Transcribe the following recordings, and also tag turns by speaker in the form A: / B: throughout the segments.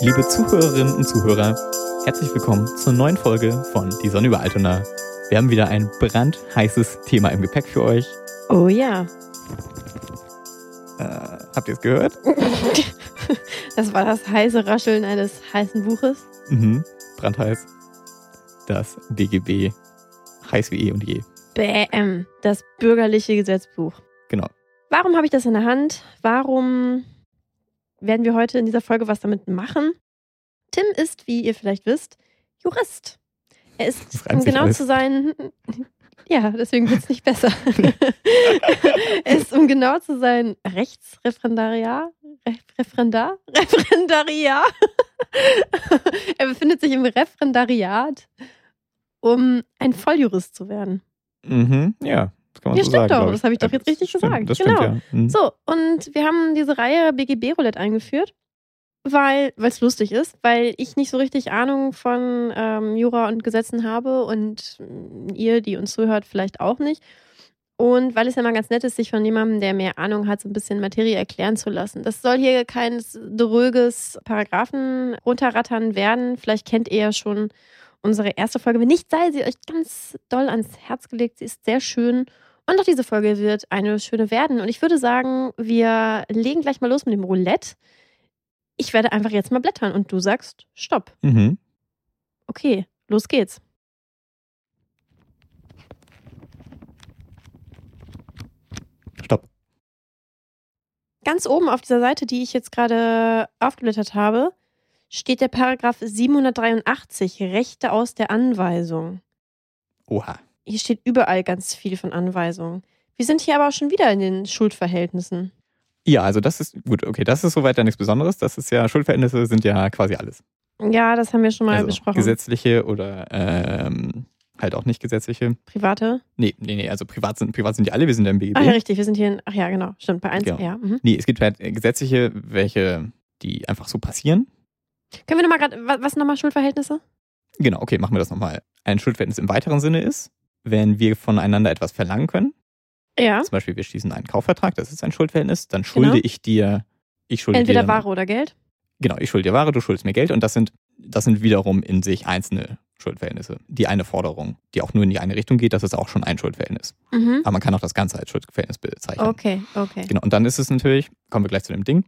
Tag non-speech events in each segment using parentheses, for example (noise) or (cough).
A: Liebe Zuhörerinnen und Zuhörer, herzlich willkommen zur neuen Folge von Die Sonne über Altona. Wir haben wieder ein brandheißes Thema im Gepäck für euch.
B: Oh ja,
A: Äh, habt ihr es gehört?
B: das war das heiße Rascheln eines heißen Buches.
A: Mhm, brandheiß. Das BGB. Heiß wie eh und je.
B: Bäm, das bürgerliche Gesetzbuch.
A: Genau.
B: Warum habe ich das in der Hand? Warum werden wir heute in dieser Folge was damit machen? Tim ist, wie ihr vielleicht wisst, Jurist. Er
A: Das
B: ist,
A: reimt
B: um
A: sich
B: genau
A: alles.
B: zu sein, (laughs) ja, deswegen wird es nicht besser. er ist, um genau zu sein, Rechtsreferendariat, Re- Referendar, Referendariat. (laughs) er befindet sich im Referendariat, um ein Volljurist zu werden.
A: Mhm, ja, das kann man
B: Ja,
A: so
B: stimmt
A: sagen.
B: doch,
A: glaub ich.
B: das habe ich doch
A: Ja,
B: jetzt richtig
A: stimmt,
B: gesagt,
A: Das
B: genau.
A: Stimmt, ja. mhm.
B: So, und wir haben diese Reihe BGB Roulette eingeführt, weil es lustig ist, weil ich nicht so richtig Ahnung von ähm, Jura und Gesetzen habe und mm, ihr, die uns zuhört, vielleicht auch nicht. Und weil es ja mal ganz nett ist, sich von jemandem, der mehr Ahnung hat, so ein bisschen Materie erklären zu lassen. Das soll hier kein dröges Paragraphen runterrattern werden. Vielleicht kennt ihr ja schon unsere erste Folge. Wenn nicht, sei sie euch ganz doll ans Herz gelegt. Sie ist sehr schön. Und auch diese Folge wird eine schöne werden. Und ich würde sagen, wir legen gleich mal los mit dem Roulette. Ich werde einfach jetzt mal blättern und du sagst Stopp.
A: Mhm.
B: Okay, los geht's.
A: Stopp.
B: Ganz oben auf dieser Seite, die ich jetzt gerade aufgeblättert habe, steht der Paragraph 783, Rechte aus der Anweisung.
A: Oha.
B: Hier steht überall ganz viel von Anweisungen. Wir sind hier aber auch schon wieder in den Schuldverhältnissen.
A: Ja, also das ist gut, okay, das ist soweit ja nichts Besonderes. Das ist ja, Schuldverhältnisse sind ja quasi alles.
B: Ja, das haben wir schon mal
A: also
B: besprochen.
A: gesetzliche oder ähm, halt auch nicht gesetzliche.
B: Private.
A: Nee, nee, nee, also privat sind, privat sind die alle, wir sind ja im BGB.
B: Ach Ah, ja, richtig, wir sind hier in. Ach ja, genau, stimmt, bei 1.
A: Genau.
B: Ja. Mhm.
A: Nee, es gibt halt äh, gesetzliche, welche, die einfach so passieren.
B: Können wir nochmal gerade. Was, was nochmal Schuldverhältnisse?
A: Genau, okay, machen wir das nochmal. Ein Schuldverhältnis im weiteren Sinne ist, wenn wir voneinander etwas verlangen können.
B: Ja.
A: Zum Beispiel, wir schließen einen Kaufvertrag, das ist ein Schuldverhältnis, dann schulde
B: Genau.
A: ich dir, ich schulde
B: Entweder
A: dir.
B: Ware oder Geld.
A: Genau, ich schulde dir Ware, du schuldest mir Geld und das sind, das sind wiederum in sich einzelne Schuldverhältnisse. Die eine Forderung, die auch nur in die eine Richtung geht, das ist auch schon ein Schuldverhältnis.
B: Mhm.
A: Aber man kann auch das Ganze als Schuldverhältnis bezeichnen.
B: Okay, okay.
A: Genau, und dann ist es natürlich, kommen wir gleich zu dem Ding,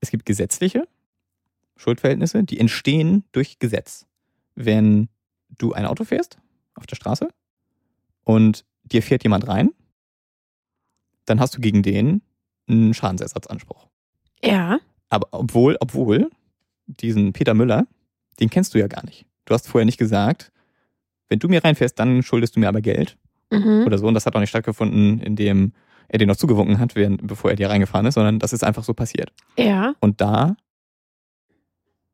A: es gibt gesetzliche Schuldverhältnisse, die entstehen durch Gesetz. Wenn du ein Auto fährst auf der Straße und dir fährt jemand rein, dann hast du gegen den einen Schadensersatzanspruch.
B: Ja.
A: Aber obwohl, obwohl, diesen Peter Müller, den kennst du ja gar nicht. Du hast vorher nicht gesagt, wenn du mir reinfährst, dann schuldest du mir aber Geld
B: Mhm.
A: oder so. Und das hat auch nicht stattgefunden, indem er dir noch zugewunken hat, während, bevor er dir reingefahren ist, sondern das ist einfach so passiert.
B: Ja.
A: Und da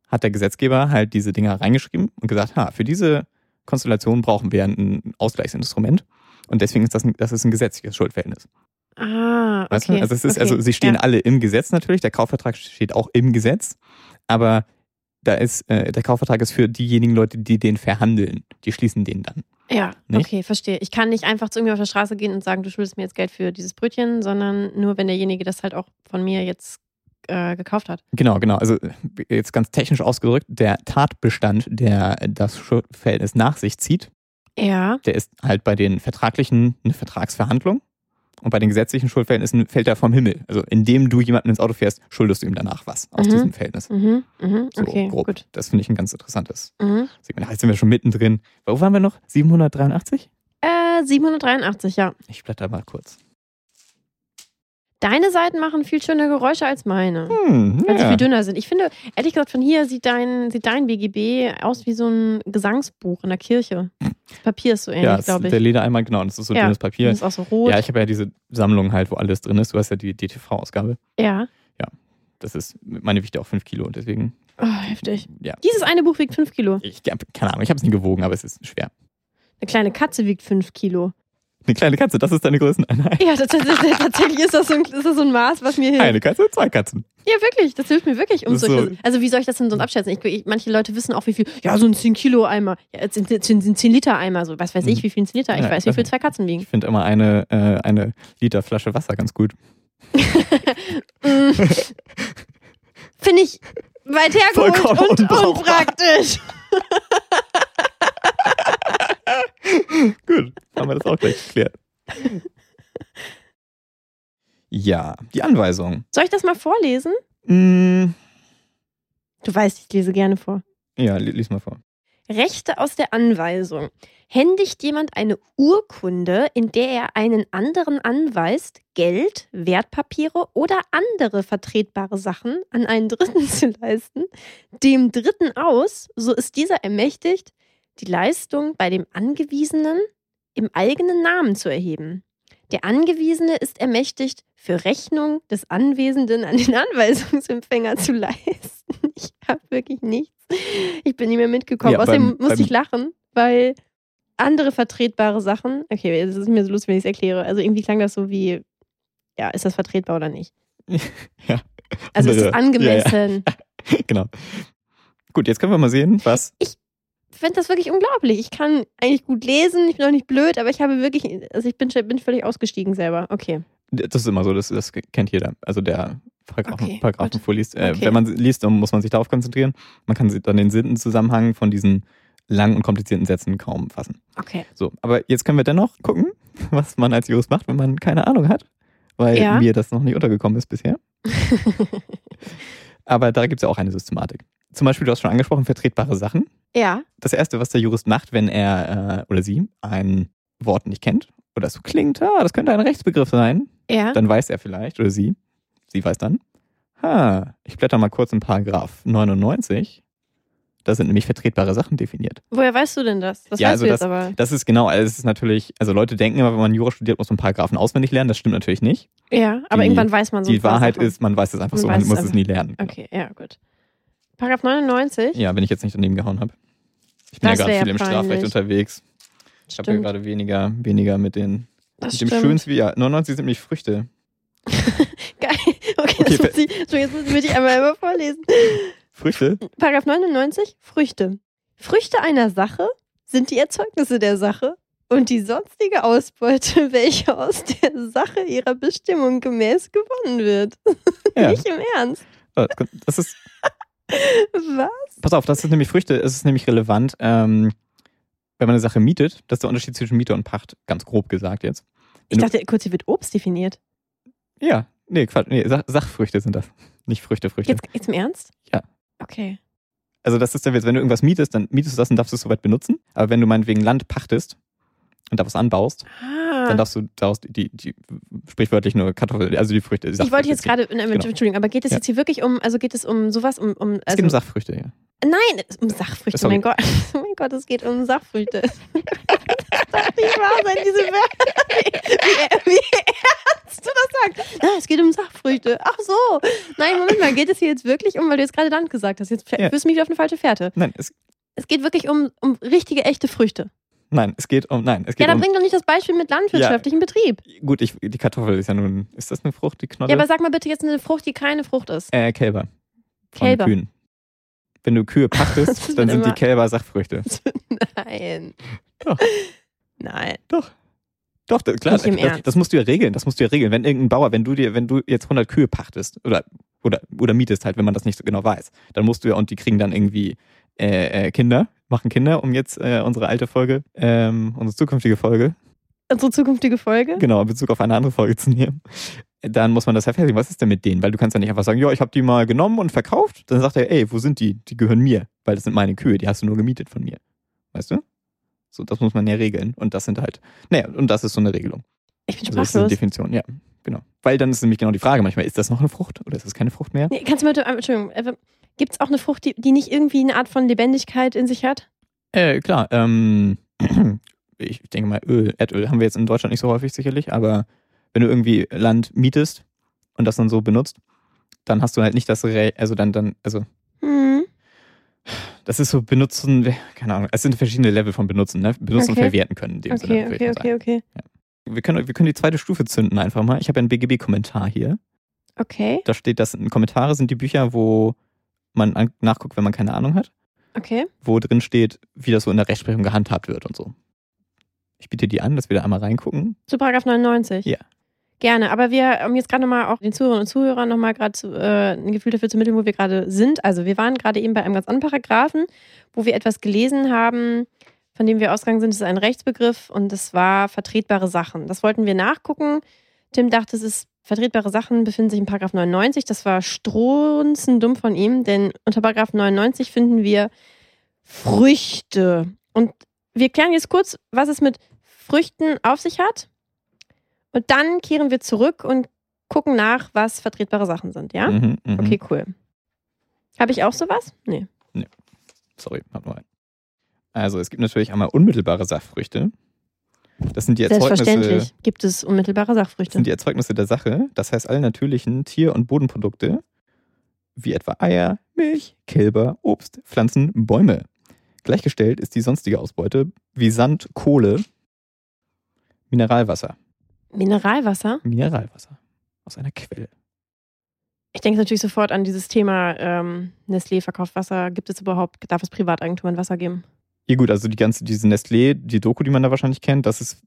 A: hat der Gesetzgeber halt diese Dinger reingeschrieben und gesagt, ha, für diese Konstellation brauchen wir ein Ausgleichsinstrument. Und deswegen ist das ein, das ist ein gesetzliches Schuldverhältnis.
B: Ah, okay.
A: Weißt du? Also, es ist,
B: okay.
A: also sie stehen alle im Gesetz natürlich, der Kaufvertrag steht auch im Gesetz, aber da ist, äh, der Kaufvertrag ist für diejenigen Leute, die den verhandeln. Die schließen den dann.
B: Ja,
A: nicht?
B: okay, verstehe. Ich kann nicht einfach zu irgendwie auf der Straße gehen und sagen, du schuldest mir jetzt Geld für dieses Brötchen, sondern nur, wenn derjenige das halt auch von mir jetzt äh, gekauft hat.
A: Genau, genau. Also äh, jetzt ganz technisch ausgedrückt, der Tatbestand, der äh, das Schuldverhältnis nach sich zieht,
B: Ja.
A: der ist halt bei den vertraglichen eine Vertragsverhandlung und bei den gesetzlichen Schuldverhältnissen fällt er vom Himmel. Also indem du jemanden ins Auto fährst, schuldest du ihm danach was aus
B: Mhm.
A: diesem Verhältnis.
B: Mhm. Mhm.
A: So
B: okay,
A: grob.
B: gut.
A: Das finde ich ein ganz interessantes
B: Mhm.
A: Segment. Ah, Jetzt sind wir schon mittendrin. Wo waren wir noch? 783?
B: Äh, 783, ja.
A: Ich blätter mal kurz.
B: Deine Seiten machen viel schöner Geräusche als meine.
A: Hm,
B: Weil sie
A: ja.
B: viel dünner sind. Ich finde, ehrlich gesagt, von hier sieht dein, sieht dein BGB aus wie so ein Gesangsbuch in der Kirche. Das Papier ist so
A: ja,
B: ähnlich,
A: es-
B: glaube ich.
A: der Ledereimer, genau. Das ist so
B: Ja.
A: dünnes
B: Und
A: Papier.
B: ist auch so rot.
A: Ja, ich habe ja diese Sammlung halt, wo alles drin ist. Du hast ja die DTV-Ausgabe.
B: ja.
A: Das ist, meine wiegt ja auch 5 Kilo und deswegen,
B: Oh, heftig.
A: ja.
B: Dieses eine Buch wiegt 5 Kilo.
A: Ich, keine Ahnung, ich habe es nie gewogen, aber es ist schwer.
B: Eine kleine Katze wiegt 5 Kilo.
A: Eine kleine Katze, das ist deine Größeneinheit.
B: Ja, das, das, das, tatsächlich ist das, so ein, ist das so ein Maß, was mir hilft.
A: Eine Katze, zwei Katzen.
B: Ja, wirklich, das hilft mir wirklich. Um
A: Das ist
B: solche,
A: so-
B: also wie soll ich das denn sonst abschätzen? Ich, ich, manche Leute wissen auch, wie viel, ja, so ein 10-Kilo-Eimer, ja, jetzt sind- sind sind 10-Liter-Eimer, so was weiß ich, wie viel ein 10-Liter, ich
A: Mhm. Ja,
B: weiß, wie
A: das-
B: viel zwei Katzen wiegen.
A: Ich finde immer eine, äh, eine Liter Flasche Wasser ganz gut.
B: Mm. Finde ich weit hergeholt
A: Vollkommen
B: und
A: unbrauchbar.
B: unpraktisch.
A: Gut, haben wir das auch gleich geklärt. Ja, die Anweisung.
B: Soll ich das mal vorlesen?
A: Mm,
B: Du weißt, ich lese gerne vor.
A: ja, li- lies mal vor. (laughs)
B: Rechte aus der Anweisung. Händigt jemand eine Urkunde, in der er einen anderen anweist, Geld, Wertpapiere oder andere vertretbare Sachen an einen Dritten (laughs) zu leisten, dem Dritten aus, so ist dieser ermächtigt, die Leistung bei dem Angewiesenen im eigenen Namen zu erheben. Der Angewiesene ist ermächtigt, für Rechnung des Anwesenden an den (laughs) Anweisungsempfänger zu leisten. (laughs) Ich habe wirklich nichts. Ich bin nie mehr mitgekommen.
A: Ja,
B: Außerdem
A: beim-
B: musste
A: beim-
B: ich lachen, weil andere vertretbare Sachen. Okay, es ist mir so lustig, wenn ich es erkläre. Also irgendwie klang das so wie, ja, ist das vertretbar oder nicht?
A: (laughs) Ja.
B: Also ist
A: Andere.
B: es angemessen?
A: genau. Gut, jetzt können wir mal sehen, was.
B: Ich finde das wirklich unglaublich. Ich kann eigentlich gut lesen, ich bin auch nicht blöd, aber ich habe wirklich, also ich bin, bin völlig ausgestiegen selber. Okay.
A: Das ist immer so, das, das kennt jeder. Also der Paragraphen,
B: Okay,
A: Paragraphen
B: gut.
A: vorliest. Äh,
B: Okay.
A: Wenn man sie liest, dann muss man sich darauf konzentrieren. Man kann sie- dann den Sinnenzusammenhang von diesen langen und komplizierten Sätzen kaum fassen.
B: Okay.
A: So, aber jetzt können wir dennoch gucken, (laughs) was man als Jurist macht, wenn man keine Ahnung hat, weil
B: Ja.
A: mir das noch nicht untergekommen ist
B: (laughs)
A: bisher. Aber da gibt es ja auch eine Systematik. Zum Beispiel, du hast schon angesprochen, vertretbare Sachen.
B: ja.
A: das Erste, was der Jurist macht, wenn er äh, oder sie ein Wort nicht kennt oder es so klingt, ah, das könnte ein Rechtsbegriff sein,
B: Ja.
A: dann weiß er vielleicht oder sie, sie weiß dann, ha, ich blätter mal kurz in Paragraph 99, da sind nämlich vertretbare Sachen definiert.
B: Woher weißt du denn das? Das
A: Ja,
B: weißt
A: also
B: du jetzt
A: das-
B: aber.
A: Das ist genau, also es ist natürlich, also Leute denken immer, wenn man Jura studiert, muss man Paragraphen auswendig lernen, das stimmt natürlich nicht.
B: Ja, aber
A: die-
B: irgendwann weiß man so. ein
A: Die
B: paar
A: Wahrheit
B: Sachen.
A: ist, man weiß es einfach
B: Man
A: so,
B: weiß
A: man
B: es
A: muss es
B: einfach.
A: nie lernen. Genau.
B: Okay, ja, gut. Paragraph 99?
A: Ja, wenn ich jetzt nicht daneben gehauen habe. Ich bin
B: Das
A: ja gerade
B: wär
A: viel im
B: peinlich.
A: Strafrecht unterwegs. Ich habe ja
B: stimmt.
A: gerade weniger, weniger mit den
B: Das
A: Mit dem
B: stimmt.
A: schönsten, ja, 99 sind nämlich Früchte.
B: Geil. (laughs) Okay,
A: Okay,
B: das muss ich, so, jetzt muss ich dich einmal immer vorlesen. (laughs)
A: Früchte?
B: Paragraph 99, Früchte. Früchte einer Sache sind die Erzeugnisse der Sache und die sonstige Ausbeute, (laughs) welche aus der Sache ihrer Bestimmung gemäß gewonnen wird.
A: Ja.
B: Nicht im Ernst.
A: Das ist,
B: Was?
A: pass auf, das ist nämlich Früchte, es ist nämlich relevant, ähm, wenn man eine Sache mietet, das ist der Unterschied zwischen Miete und Pacht, ganz grob gesagt jetzt.
B: Ich
A: Du-
B: dachte kurz, hier wird Obst definiert.
A: Ja, nee, Quatsch, nee, Sach Sachfrüchte sind das, nicht Früchte, Früchte.
B: Jetzt, jetzt im Ernst?
A: Ja.
B: Okay.
A: Also das ist dann jetzt, wenn du irgendwas mietest, dann mietest du das und darfst es soweit benutzen, aber wenn du meinetwegen Land pachtest und da was anbaust,
B: Ah.
A: dann darfst du daraus die, die, sprichwörtlich nur Kartoffeln, also die Früchte. Die
B: ich wollte
A: Sachfrüchte
B: jetzt gerade, ne,
A: Genau.
B: Entschuldigung, aber geht es
A: Ja.
B: jetzt hier wirklich um, also geht es um sowas, um, um
A: Es
B: also,
A: geht um Sachfrüchte, ja.
B: Nein, es- um Sachfrüchte,
A: Sorry.
B: mein Gott. (laughs) Oh mein Gott, es geht um Sachfrüchte. (laughs) das darf nicht wahr sein, diese Wörter. Wie, wie, wie ernst du das sagst. Na, es geht um Sachfrüchte. Ach so. Nein, Moment mal, geht es hier jetzt wirklich um, weil du jetzt gerade Land gesagt hast. Jetzt fähr-
A: Ja.
B: führst du mich wieder auf eine falsche Fährte.
A: Nein, es,
B: Es geht wirklich um, um richtige, echte Früchte.
A: nein, es geht um, nein, es
B: Ja,
A: geht
B: dann
A: um,
B: bring doch nicht das Beispiel mit landwirtschaftlichem Betrieb.
A: gut, ich, die Kartoffel ist ja nun, ist das eine Frucht, die Knolle?
B: Ja, aber sag mal bitte jetzt eine Frucht, die keine Frucht ist.
A: Äh, Kälber. Von
B: Kälber.
A: Kühen. Wenn du Kühe
B: (laughs) Das
A: pachtest,
B: wird
A: dann sind die
B: immer-
A: Kälber Sachfrüchte.
B: (laughs) Nein.
A: Doch.
B: Nein.
A: Doch, das, klar,
B: Nicht im
A: das,
B: Ernst.
A: das musst du ja regeln, das musst du ja regeln. Wenn irgendein Bauer, wenn du dir, wenn du jetzt 100 Kühe pachtest oder, oder, oder mietest halt, wenn man das nicht so genau weiß, dann musst du ja, und die kriegen dann irgendwie äh, äh, Kinder, machen Kinder, um jetzt äh, unsere alte Folge, ähm, unsere zukünftige Folge,
B: Unsere zukünftige Folge?
A: genau, in Bezug auf eine andere Folge zu nehmen, dann muss man das ja fertig. Was ist denn mit denen? Weil du kannst ja nicht einfach sagen, ja, ich habe die mal genommen und verkauft. Dann sagt er, ey, wo sind die? Die gehören mir, weil das sind meine Kühe, die hast du nur gemietet von mir. Weißt du? So, das muss man ja regeln. Und das sind halt, naja, und das ist so eine Regelung.
B: Ich bin
A: Also das ist eine
B: sprachlos.
A: Definition, ja, genau. Weil dann ist nämlich genau die Frage manchmal, ist das noch eine Frucht oder ist das keine Frucht mehr?
B: Nee, kannst du mal, Entschuldigung, gibt es auch eine Frucht, die, die nicht irgendwie eine Art von Lebendigkeit in sich hat?
A: Äh, klar, ähm, (clears throat) ich denke mal, Öl, Erdöl haben wir jetzt in Deutschland nicht so häufig sicherlich, aber wenn du irgendwie Land mietest und das dann so benutzt, dann hast du halt nicht das Re also dann, dann, also
B: Hm.
A: das ist so benutzen, (laughs) keine Ahnung, es sind verschiedene Level von benutzen, ne? Benutzen und
B: Okay.
A: verwerten können in dem Sinne.
B: Okay,
A: würde ich
B: okay,
A: mal
B: okay,
A: sagen.
B: okay.
A: Wir können, wir können die zweite Stufe zünden einfach mal. Ich habe ja einen BGB-Kommentar hier.
B: Okay,
A: Da steht, das in Kommentare sind die Bücher, wo man an- nachguckt, wenn man keine Ahnung hat.
B: okay.
A: wo drin steht, wie das so in der Rechtsprechung gehandhabt wird und so. Ich biete dir an, dass wir da einmal reingucken.
B: Zu Paragraph 99.
A: Ja.
B: Gerne, aber wir, um jetzt gerade nochmal auch den Zuhörerinnen und Zuhörern nochmal gerade zu, äh, ein Gefühl dafür zu mitteln, wo wir gerade sind. Also wir waren gerade eben bei einem ganz anderen Paragraphen, wo wir etwas gelesen haben, von dem wir ausgegangen sind, das ist ein Rechtsbegriff und das war vertretbare Sachen. Das wollten wir nachgucken. Tim dachte, es ist vertretbare Sachen befinden sich in Paragraph 99. Das war strunzendumm von ihm, denn unter Paragraph 99 finden wir Früchte. Und wir klären jetzt kurz, was es mit Früchten auf sich hat. Und dann kehren wir zurück und gucken nach, was vertretbare Sachen sind, ja?
A: Mhm, mhm.
B: Okay, cool. Habe ich auch sowas? Nee.
A: Sorry, hab nur einen. Also es gibt natürlich einmal unmittelbare Sachfrüchte. Das sind die Erzeugnisse,
B: Selbstverständlich gibt es unmittelbare
A: das
B: Sachfrüchte.
A: sind die Erzeugnisse der Sache. Das heißt alle natürlichen Tier- und Bodenprodukte, wie etwa Eier, Milch, Kälber, Obst, Pflanzen, Bäume. Gleichgestellt ist die sonstige Ausbeute wie Sand, Kohle, Mineralwasser.
B: Mineralwasser?
A: Mineralwasser aus einer Quelle.
B: Ich denke natürlich sofort an dieses Thema ähm, Nestlé verkauft Wasser. Gibt es überhaupt, darf es Privateigentum an Wasser geben?
A: Ja gut, also die ganze, diese Nestlé, die Doku, die man da wahrscheinlich kennt, das ist,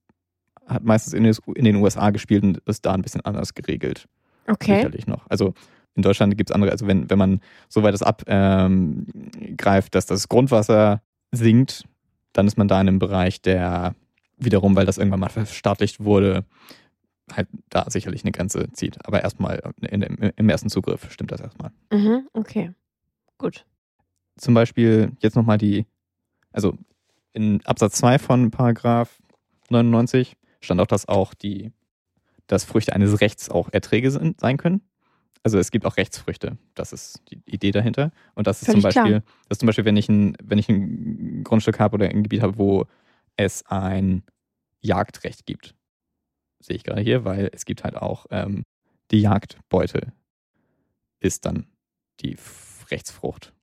A: hat meistens in, des, in den USA gespielt und ist da ein bisschen anders geregelt.
B: Okay.
A: Sicherlich noch. Also in Deutschland gibt es andere, also wenn, wenn man so weit das abgreift, ähm, greift, dass das Grundwasser sinkt, dann ist man da in einem Bereich, der wiederum, weil das irgendwann mal verstaatlicht wurde, halt da sicherlich eine Grenze zieht. Aber erstmal in, im, im ersten Zugriff stimmt das erstmal.
B: Mhm, okay. Gut.
A: zum Beispiel jetzt nochmal die, also in Absatz 2 von Paragraph 99 stand auch, dass auch die, dass Früchte eines Rechts auch Erträge sind, sein können. Also es gibt auch Rechtsfrüchte. Das ist die Idee dahinter. Und das ist
B: Völlig
A: zum
B: klar.
A: Beispiel, das ist zum Beispiel, wenn ich ein, wenn ich ein Grundstück habe oder ein Gebiet habe, wo es ein Jagdrecht gibt. Sehe ich gerade hier, weil es gibt halt auch ähm, die Jagdbeute ist dann die F- Rechtsfrucht.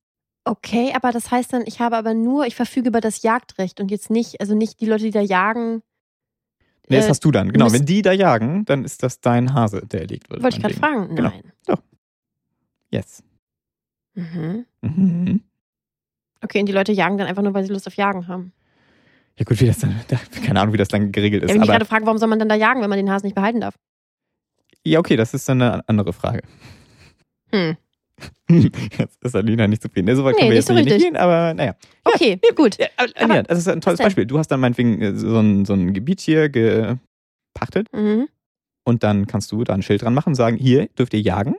B: Okay, aber das heißt dann, ich habe aber nur, ich verfüge über das Jagdrecht und jetzt nicht, also nicht die Leute, die da jagen.
A: Nee, das
B: Äh,
A: hast du dann. Genau,
B: müssen-
A: wenn die da jagen, dann ist das dein Hase, der erlegt wird.
B: Wollte ich gerade
A: meinetwegen.
B: fragen.
A: Genau.
B: Nein.
A: Yes.
B: Mhm.
A: Mhm.
B: Okay, und die Leute jagen dann einfach nur, weil sie Lust auf Jagen haben.
A: Ja gut, wie das dann, (laughs) da, keine Ahnung, wie das dann geregelt
B: Ich
A: ist.
B: habe mich
A: aber
B: gerade fragen, warum soll man dann da jagen, wenn man den Hasen nicht behalten darf?
A: ja, okay, das ist dann eine andere Frage. (laughs)
B: Hm.
A: jetzt ist Alina nicht zufrieden. Ne, so weit
B: Nee,
A: können wir
B: nicht
A: jetzt
B: so
A: nicht
B: richtig.
A: gehen, aber naja.
B: Okay,
A: (laughs)
B: gut.
A: Ja, aber,
B: Aber-
A: Alina, das ist ein tolles
B: denn?
A: Beispiel. Du hast dann meinetwegen äh, so ein, so ein Gebiet hier gepachtet
B: Mhm.
A: und dann kannst du da ein Schild dran machen und sagen, hier dürft ihr jagen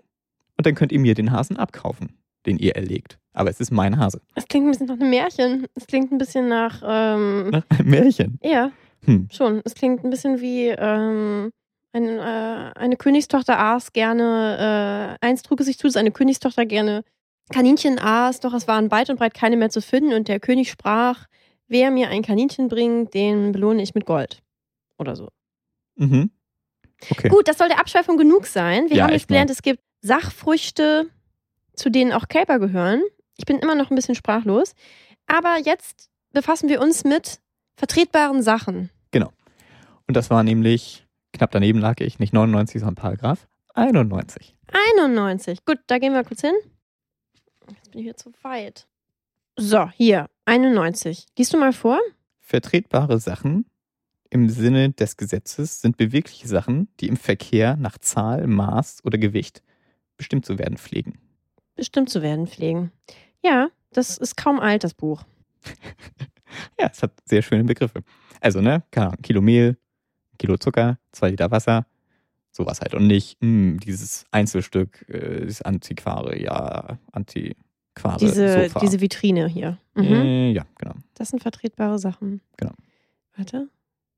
A: und dann könnt ihr mir den Hasen abkaufen, den ihr erlegt. Aber es ist mein Hase.
B: Das klingt ein bisschen nach einem Märchen. Das klingt ein bisschen nach, ähm,
A: Ne? (laughs) Ein Märchen.
B: ja,
A: Hm.
B: schon. Es klingt ein bisschen wie, ähm, ein, äh, eine Königstochter aß gerne, äh, eins trug es sich zu, dass eine Königstochter gerne Kaninchen aß, doch es waren weit und breit keine mehr zu finden und der König sprach, wer mir ein Kaninchen bringt, den belohne ich mit Gold. Oder so.
A: Mhm. Okay.
B: Gut, das soll der Abschweifung genug sein. Wir
A: Ja,
B: haben
A: echt
B: jetzt
A: mal.
B: gelernt, es gibt Sachfrüchte, zu denen auch Kälber gehören. Ich bin immer noch ein bisschen sprachlos. Aber jetzt befassen wir uns mit vertretbaren Sachen.
A: Und das war nämlich, knapp daneben lag ich, nicht 99, sondern Paragraph 91.
B: 91. Gut, da gehen wir kurz hin. Jetzt bin ich wieder zu weit. So, hier, 91. Liest du mal vor?
A: Vertretbare Sachen im Sinne des Gesetzes sind bewegliche Sachen, die im Verkehr nach Zahl, Maß oder Gewicht bestimmt zu werden pflegen.
B: Bestimmt zu werden pflegen. Ja, das ist kaum alt, das Buch.
A: Ja, es hat sehr schöne Begriffe. Also, ne, keine Ahnung, Kilo Mehl, Kilo Zucker, zwei Liter Wasser, sowas halt. Und nicht, hm, dieses Einzelstück, äh, dieses Antiquare, ja, Antiquare,
B: Diese,
A: Also Sofa.
B: diese Vitrine hier. Mhm.
A: Äh, ja, genau.
B: Das sind vertretbare Sachen.
A: Genau.
B: Warte.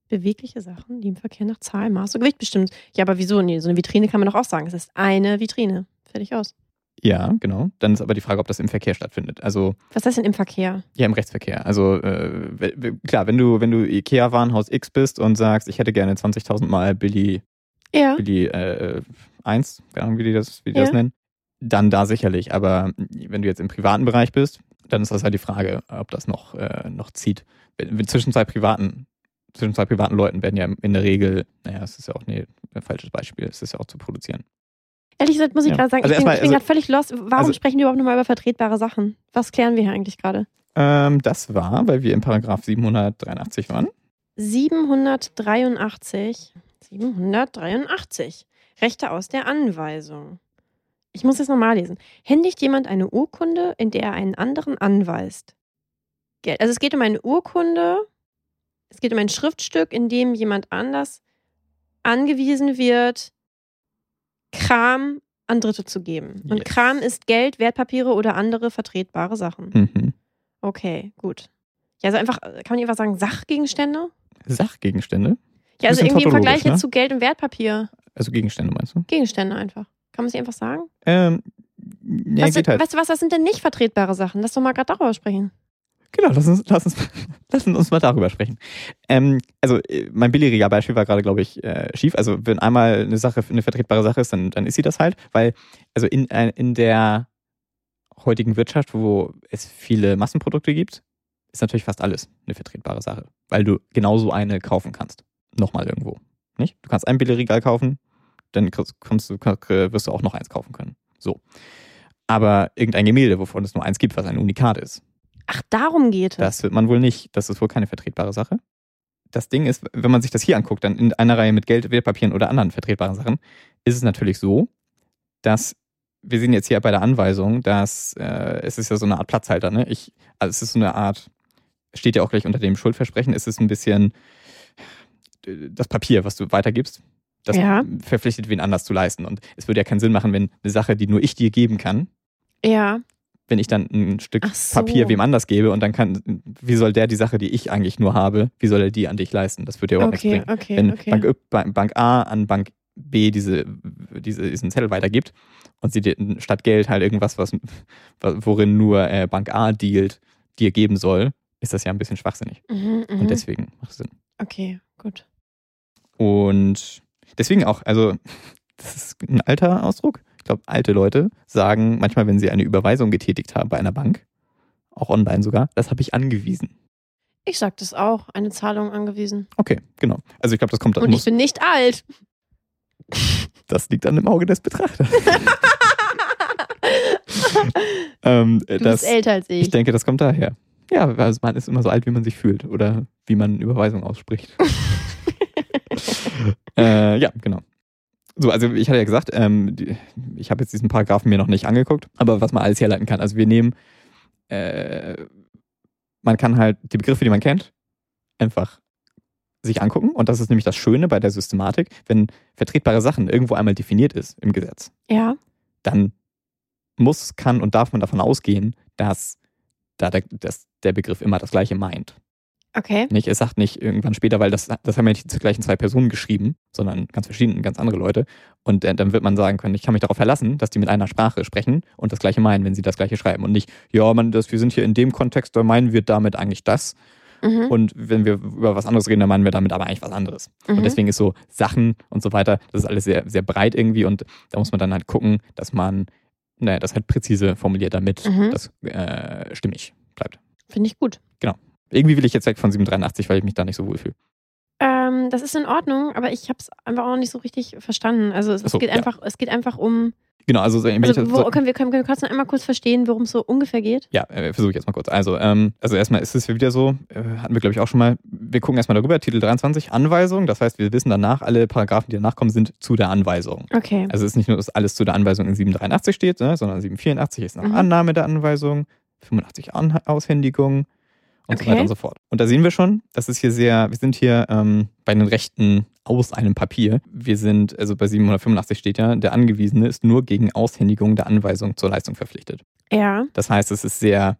B: Bewegliche Sachen, die im Verkehr nach Zahl, Maß und Gewicht bestimmt. Ja, aber wieso? Nee, so eine Vitrine kann man doch auch sagen. Es ist eine Vitrine. Fertig aus.
A: Ja, genau. Dann ist aber die Frage, ob das im Verkehr stattfindet. Also
B: Was heißt denn im Verkehr?
A: ja, im Rechtsverkehr. Also äh, we- we- klar, wenn du, wenn du IKEA Warenhaus X bist und sagst, ich hätte gerne 20.000 Mal Billy,
B: Ja.
A: Billy äh, 1, keine Ahnung, wie die das, wie die das
B: Ja.
A: nennen, dann da sicherlich. Aber wenn du jetzt im privaten Bereich bist, dann ist das halt die Frage, ob das noch, äh, noch zieht. Wenn- wenn Zwischen zwei privaten, zwischen zwei privaten Leuten werden ja in der Regel, naja, es ist ja auch nee, ein falsches Beispiel, es ist ja auch zu produzieren.
B: Ehrlich gesagt muss ich
A: Ja.
B: gerade sagen,
A: Also
B: ich bin,
A: erstmal,
B: ich bin
A: also-
B: gerade völlig lost. Warum
A: also-
B: sprechen wir überhaupt nochmal über vertretbare Sachen? Was klären wir hier eigentlich gerade?
A: Ähm, das war, weil wir im Paragraph 783 waren.
B: 783. 783. Rechte aus der Anweisung. Ich muss es nochmal lesen. Händigt jemand eine Urkunde, in der er einen anderen anweist? Geld. Also es geht um eine Urkunde, es geht um ein Schriftstück, in dem jemand anders angewiesen wird, Kram an Dritte zu geben. Und
A: Yes.
B: Kram ist Geld, Wertpapiere oder andere vertretbare Sachen.
A: Mhm.
B: Okay, gut. Ja, also einfach, kann man einfach sagen, Sachgegenstände?
A: Sachgegenstände?
B: Ja, also
A: Bisschen
B: irgendwie
A: tautologisch,
B: im Vergleich jetzt
A: ne?
B: zu Geld und Wertpapier.
A: Also Gegenstände meinst du?
B: Gegenstände einfach. Kann man sie einfach sagen?
A: Ähm, nee,
B: was,
A: geht
B: sind-
A: halt.
B: Weißt du was, das sind denn nicht vertretbare Sachen? Lass doch mal gerade darüber sprechen.
A: Genau, lass uns, lass uns, (laughs) lass uns mal darüber sprechen. Ähm, also, äh, mein billiger Beispiel war gerade, glaube ich, äh, schief. Also, wenn einmal eine Sache, eine vertretbare Sache ist, dann, dann ist sie das halt. Weil, also in, ein- in der heutigen Wirtschaft, wo es viele Massenprodukte gibt, ist natürlich fast alles eine vertretbare Sache. Weil du genauso eine kaufen kannst. Nochmal irgendwo. Nicht? Du kannst ein Billigregal kaufen, dann kriegst- kommst du, wirst du auch noch eins kaufen können. So. Aber irgendein Gemälde, wovon es nur eins gibt, was ein Unikat ist.
B: Ach, darum geht es.
A: Das wird man wohl nicht. Das ist wohl keine vertretbare Sache. Das Ding ist, wenn man sich das hier anguckt, dann in einer Reihe mit Geld, Wertpapieren oder anderen vertretbaren Sachen, ist es natürlich so, dass wir sehen jetzt hier bei der Anweisung, dass äh, es ist ja so eine Art Platzhalter. Ne? Ich, also es ist so eine Art, steht ja auch gleich unter dem Schuldversprechen, es ist ein bisschen äh, das Papier, was du weitergibst. Das
B: Ja.
A: verpflichtet wen anders zu leisten. Und es würde ja keinen Sinn machen, wenn eine Sache, die nur ich dir geben kann,
B: Ja.
A: wenn ich dann ein Stück
B: Ach so.
A: Papier wem anders gebe und dann kann, wie soll der die Sache, die ich eigentlich nur habe, wie soll er die an dich leisten? Das wird ja überhaupt
B: Okay,
A: nichts bringen.
B: okay,
A: Wenn
B: okay.
A: Bank, Ö- Ba- Bank A an Bank B diese, diese, diesen Zettel weitergibt und sie dir statt Geld halt irgendwas, was, worin nur äh, Bank A dealt, dir geben soll, ist das ja ein bisschen schwachsinnig.
B: mhm, mhm.
A: Und deswegen macht es Sinn.
B: okay, gut.
A: Und deswegen auch, also (laughs) das ist ein alter Ausdruck. Ich glaube, alte Leute sagen manchmal, wenn sie eine Überweisung getätigt haben bei einer Bank, auch online sogar, das habe ich angewiesen.
B: Ich sag das auch, eine Zahlung angewiesen.
A: Okay, genau. Also ich glaube, das kommt
B: Und ich
A: muss,
B: bin nicht
A: (laughs)
B: alt.
A: das liegt an dem Auge des Betrachters. (laughs) ähm,
B: Du
A: das,
B: bist älter als ich.
A: ich denke, das kommt daher. Ja, also man ist immer so alt, wie man sich fühlt oder wie man Überweisung ausspricht. äh, ja, genau. So, also ich hatte ja gesagt, ähm, die, ich habe jetzt diesen Paragraphen mir noch nicht angeguckt, aber was man alles herleiten kann. Also wir nehmen, äh, man kann halt die Begriffe, die man kennt, einfach sich angucken. Und das ist nämlich das Schöne bei der Systematik, wenn vertretbare Sachen irgendwo einmal definiert ist im Gesetz
B: ja,
A: dann muss, kann und darf man davon ausgehen, dass, da der, dass der Begriff immer das Gleiche meint.
B: okay.
A: Nicht, es sagt nicht irgendwann später, weil das, das haben ja nicht die gleichen zwei Personen geschrieben, sondern ganz verschiedene, ganz andere Leute. Und äh, dann wird man sagen können, ich kann mich darauf verlassen, dass die mit einer Sprache sprechen und das Gleiche meinen, wenn sie das Gleiche schreiben. Und nicht, ja, man, das, wir sind hier in dem Kontext, da meinen wir damit eigentlich das.
B: Mhm.
A: Und wenn wir über was anderes reden, dann meinen wir damit aber eigentlich was anderes. Und
B: mhm.
A: deswegen ist so Sachen und so weiter, das ist alles sehr, sehr breit irgendwie und da muss man dann halt gucken, dass man, naja, das halt präzise formuliert, damit
B: Mhm.
A: das äh, stimmig bleibt.
B: Finde ich gut.
A: Irgendwie will ich jetzt weg von 783, weil ich mich da nicht so wohl fühle.
B: Ähm, das ist in Ordnung, aber ich habe es einfach auch noch nicht so richtig verstanden. Also es,
A: Ach so,
B: es geht
A: ja.
B: einfach, es geht einfach um.
A: Genau, also, so- wenn ich
B: Also
A: das
B: wo,
A: so,
B: können wir können, können wir kurz noch einmal kurz verstehen, worum es so ungefähr geht?
A: ja, äh, versuche ich jetzt mal kurz. Also, ähm, also erstmal ist es wieder so, äh, hatten wir glaube ich auch schon mal, wir gucken erstmal darüber, Titel 23, Anweisung, das heißt, wir wissen danach, alle Paragraphen, die danach kommen, sind zu der Anweisung.
B: Okay.
A: Also es ist nicht nur, dass alles zu der Anweisung in 783 steht, ne, sondern 784 ist nach
B: Mhm.
A: Annahme der Anweisung, 85 An Aushändigung und so
B: Okay.
A: weiter und so fort. Und da sehen wir schon, das ist hier sehr, wir sind hier ähm, bei den Rechten aus einem Papier. Wir sind, also bei 785 steht ja, der Angewiesene ist nur gegen Aushändigung der Anweisung zur Leistung verpflichtet.
B: ja.
A: Das heißt, es ist sehr,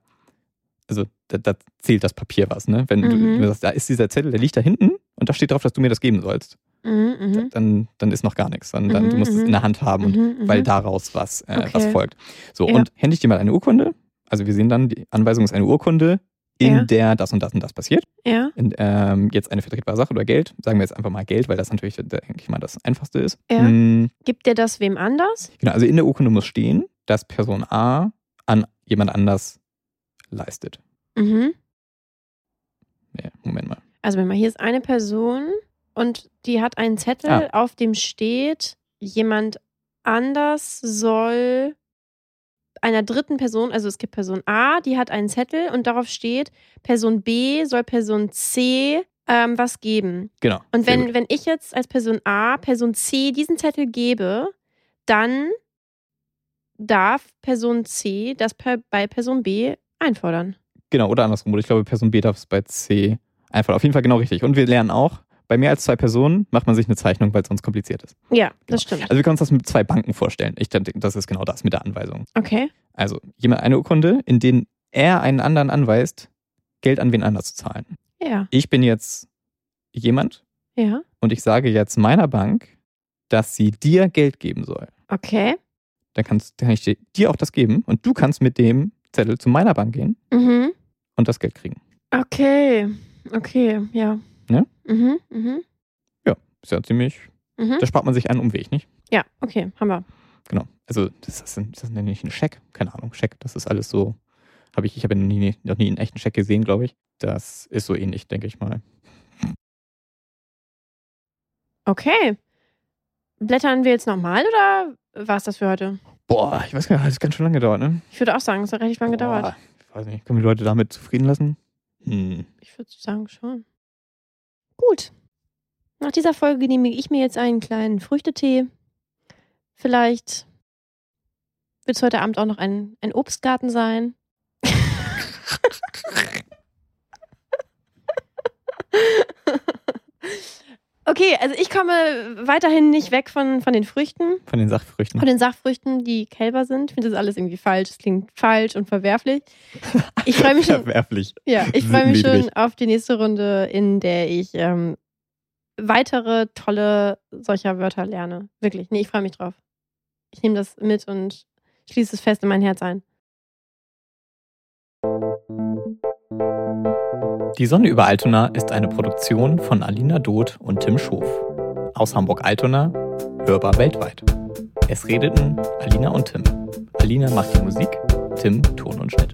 A: also da, da zählt das Papier was, ne? Wenn du,
B: Mhm.
A: du sagst, da ist dieser Zettel, der liegt da hinten und da steht drauf, dass du mir das geben sollst,
B: Mhm, mhm.
A: dann, dann ist noch gar nichts. Dann, dann du musst es
B: Mhm,
A: in der Hand haben und
B: Mhm, mhm.
A: weil daraus was, äh,
B: Okay.
A: was folgt. So,
B: Ja.
A: und händigt jemand eine Urkunde? Also wir sehen dann, die Anweisung ist eine Urkunde, in
B: Ja.
A: der das und das und das passiert.
B: Ja,
A: In, ähm, jetzt eine vertretbare Sache oder Geld. Sagen wir jetzt einfach mal Geld, weil das natürlich, denke ich mal, das Einfachste ist.
B: Ja.
A: Mm,
B: gibt der das wem anders?
A: Genau, also in der Urkunde muss stehen, dass Person A an jemand anders leistet.
B: Mhm.
A: Nee, Moment mal.
B: Also wenn man hier ist eine Person und die hat einen Zettel,
A: Ah.
B: auf dem steht, jemand anders soll einer dritten Person, also es gibt Person A, die hat einen Zettel und darauf steht, Person B soll Person C ähm, was geben.
A: Genau.
B: Und
A: Sehr
B: wenn,
A: gut.
B: wenn ich jetzt als Person A, Person C diesen Zettel gebe, dann darf Person C das per, bei Person B einfordern.
A: Genau, oder andersrum. Oder ich glaube, Person B darf es bei C einfach. Auf jeden Fall genau richtig. Und wir lernen auch, bei mehr als zwei Personen macht man sich eine Zeichnung, weil es sonst kompliziert ist.
B: Ja, genau. das stimmt.
A: Also wir können uns das mit zwei Banken vorstellen. Ich denke, das ist genau das mit der Anweisung.
B: Okay.
A: Also jemand eine Urkunde, in denen er einen anderen anweist, Geld an wen anders zu zahlen.
B: Ja,
A: Ich bin jetzt jemand
B: ja.
A: und ich sage jetzt meiner Bank, dass sie dir Geld geben soll.
B: Okay.
A: Dann kannst, kann ich dir- dir auch das geben und du kannst mit dem Zettel zu meiner Bank gehen
B: Mhm.
A: und das Geld kriegen.
B: Okay. Okay, ja.
A: Ne?
B: Mhm, mhm,
A: Ist ja ziemlich.
B: mhm.
A: Da spart man sich einen Umweg, nicht?
B: Ja, okay, haben wir.
A: Genau. Also, das ist, ein, ist das denn nicht ein Scheck? Keine Ahnung, Scheck. Das ist alles so. Habe ich, ich habe noch nie, noch nie einen echten Scheck gesehen, glaube ich. Das ist so ähnlich, denke ich mal.
B: Okay. Blättern wir jetzt nochmal oder war es das für heute?
A: Boah, ich weiß gar nicht, das hat ganz schön lange gedauert, ne?
B: Ich würde auch sagen, es hat relativ lange gedauert.
A: Boah, Ich weiß nicht, können wir die Leute damit zufrieden lassen? Hm.
B: Ich würde sagen schon. Gut. Nach dieser Folge genehmige ich mir jetzt einen kleinen Früchtetee. Vielleicht wird es heute Abend auch noch ein, ein Obstgarten sein. (laughs) okay, also ich komme weiterhin nicht weg von, von den Früchten,
A: Von den Sachfrüchten.
B: von den Sachfrüchten, die kälber sind. Ich finde das alles irgendwie falsch. Das klingt falsch und verwerflich. Ich
A: (laughs)
B: freue mich schon.
A: Verwerflich.
B: Ja, ich freue mich schon
A: Sittenwidrig.
B: auf die nächste Runde, in der ich ähm, weitere tolle solcher Wörter lerne. Wirklich. Nee, ich freue mich drauf. Ich nehme das mit und schließe es fest in mein Herz ein.
A: Die Sonne über Altona ist eine Produktion von Alina Doth und Tim Schof. Aus Hamburg-Altona, hörbar weltweit. Es redeten Alina und Tim. Alina macht die Musik, Tim Ton und Schnitt.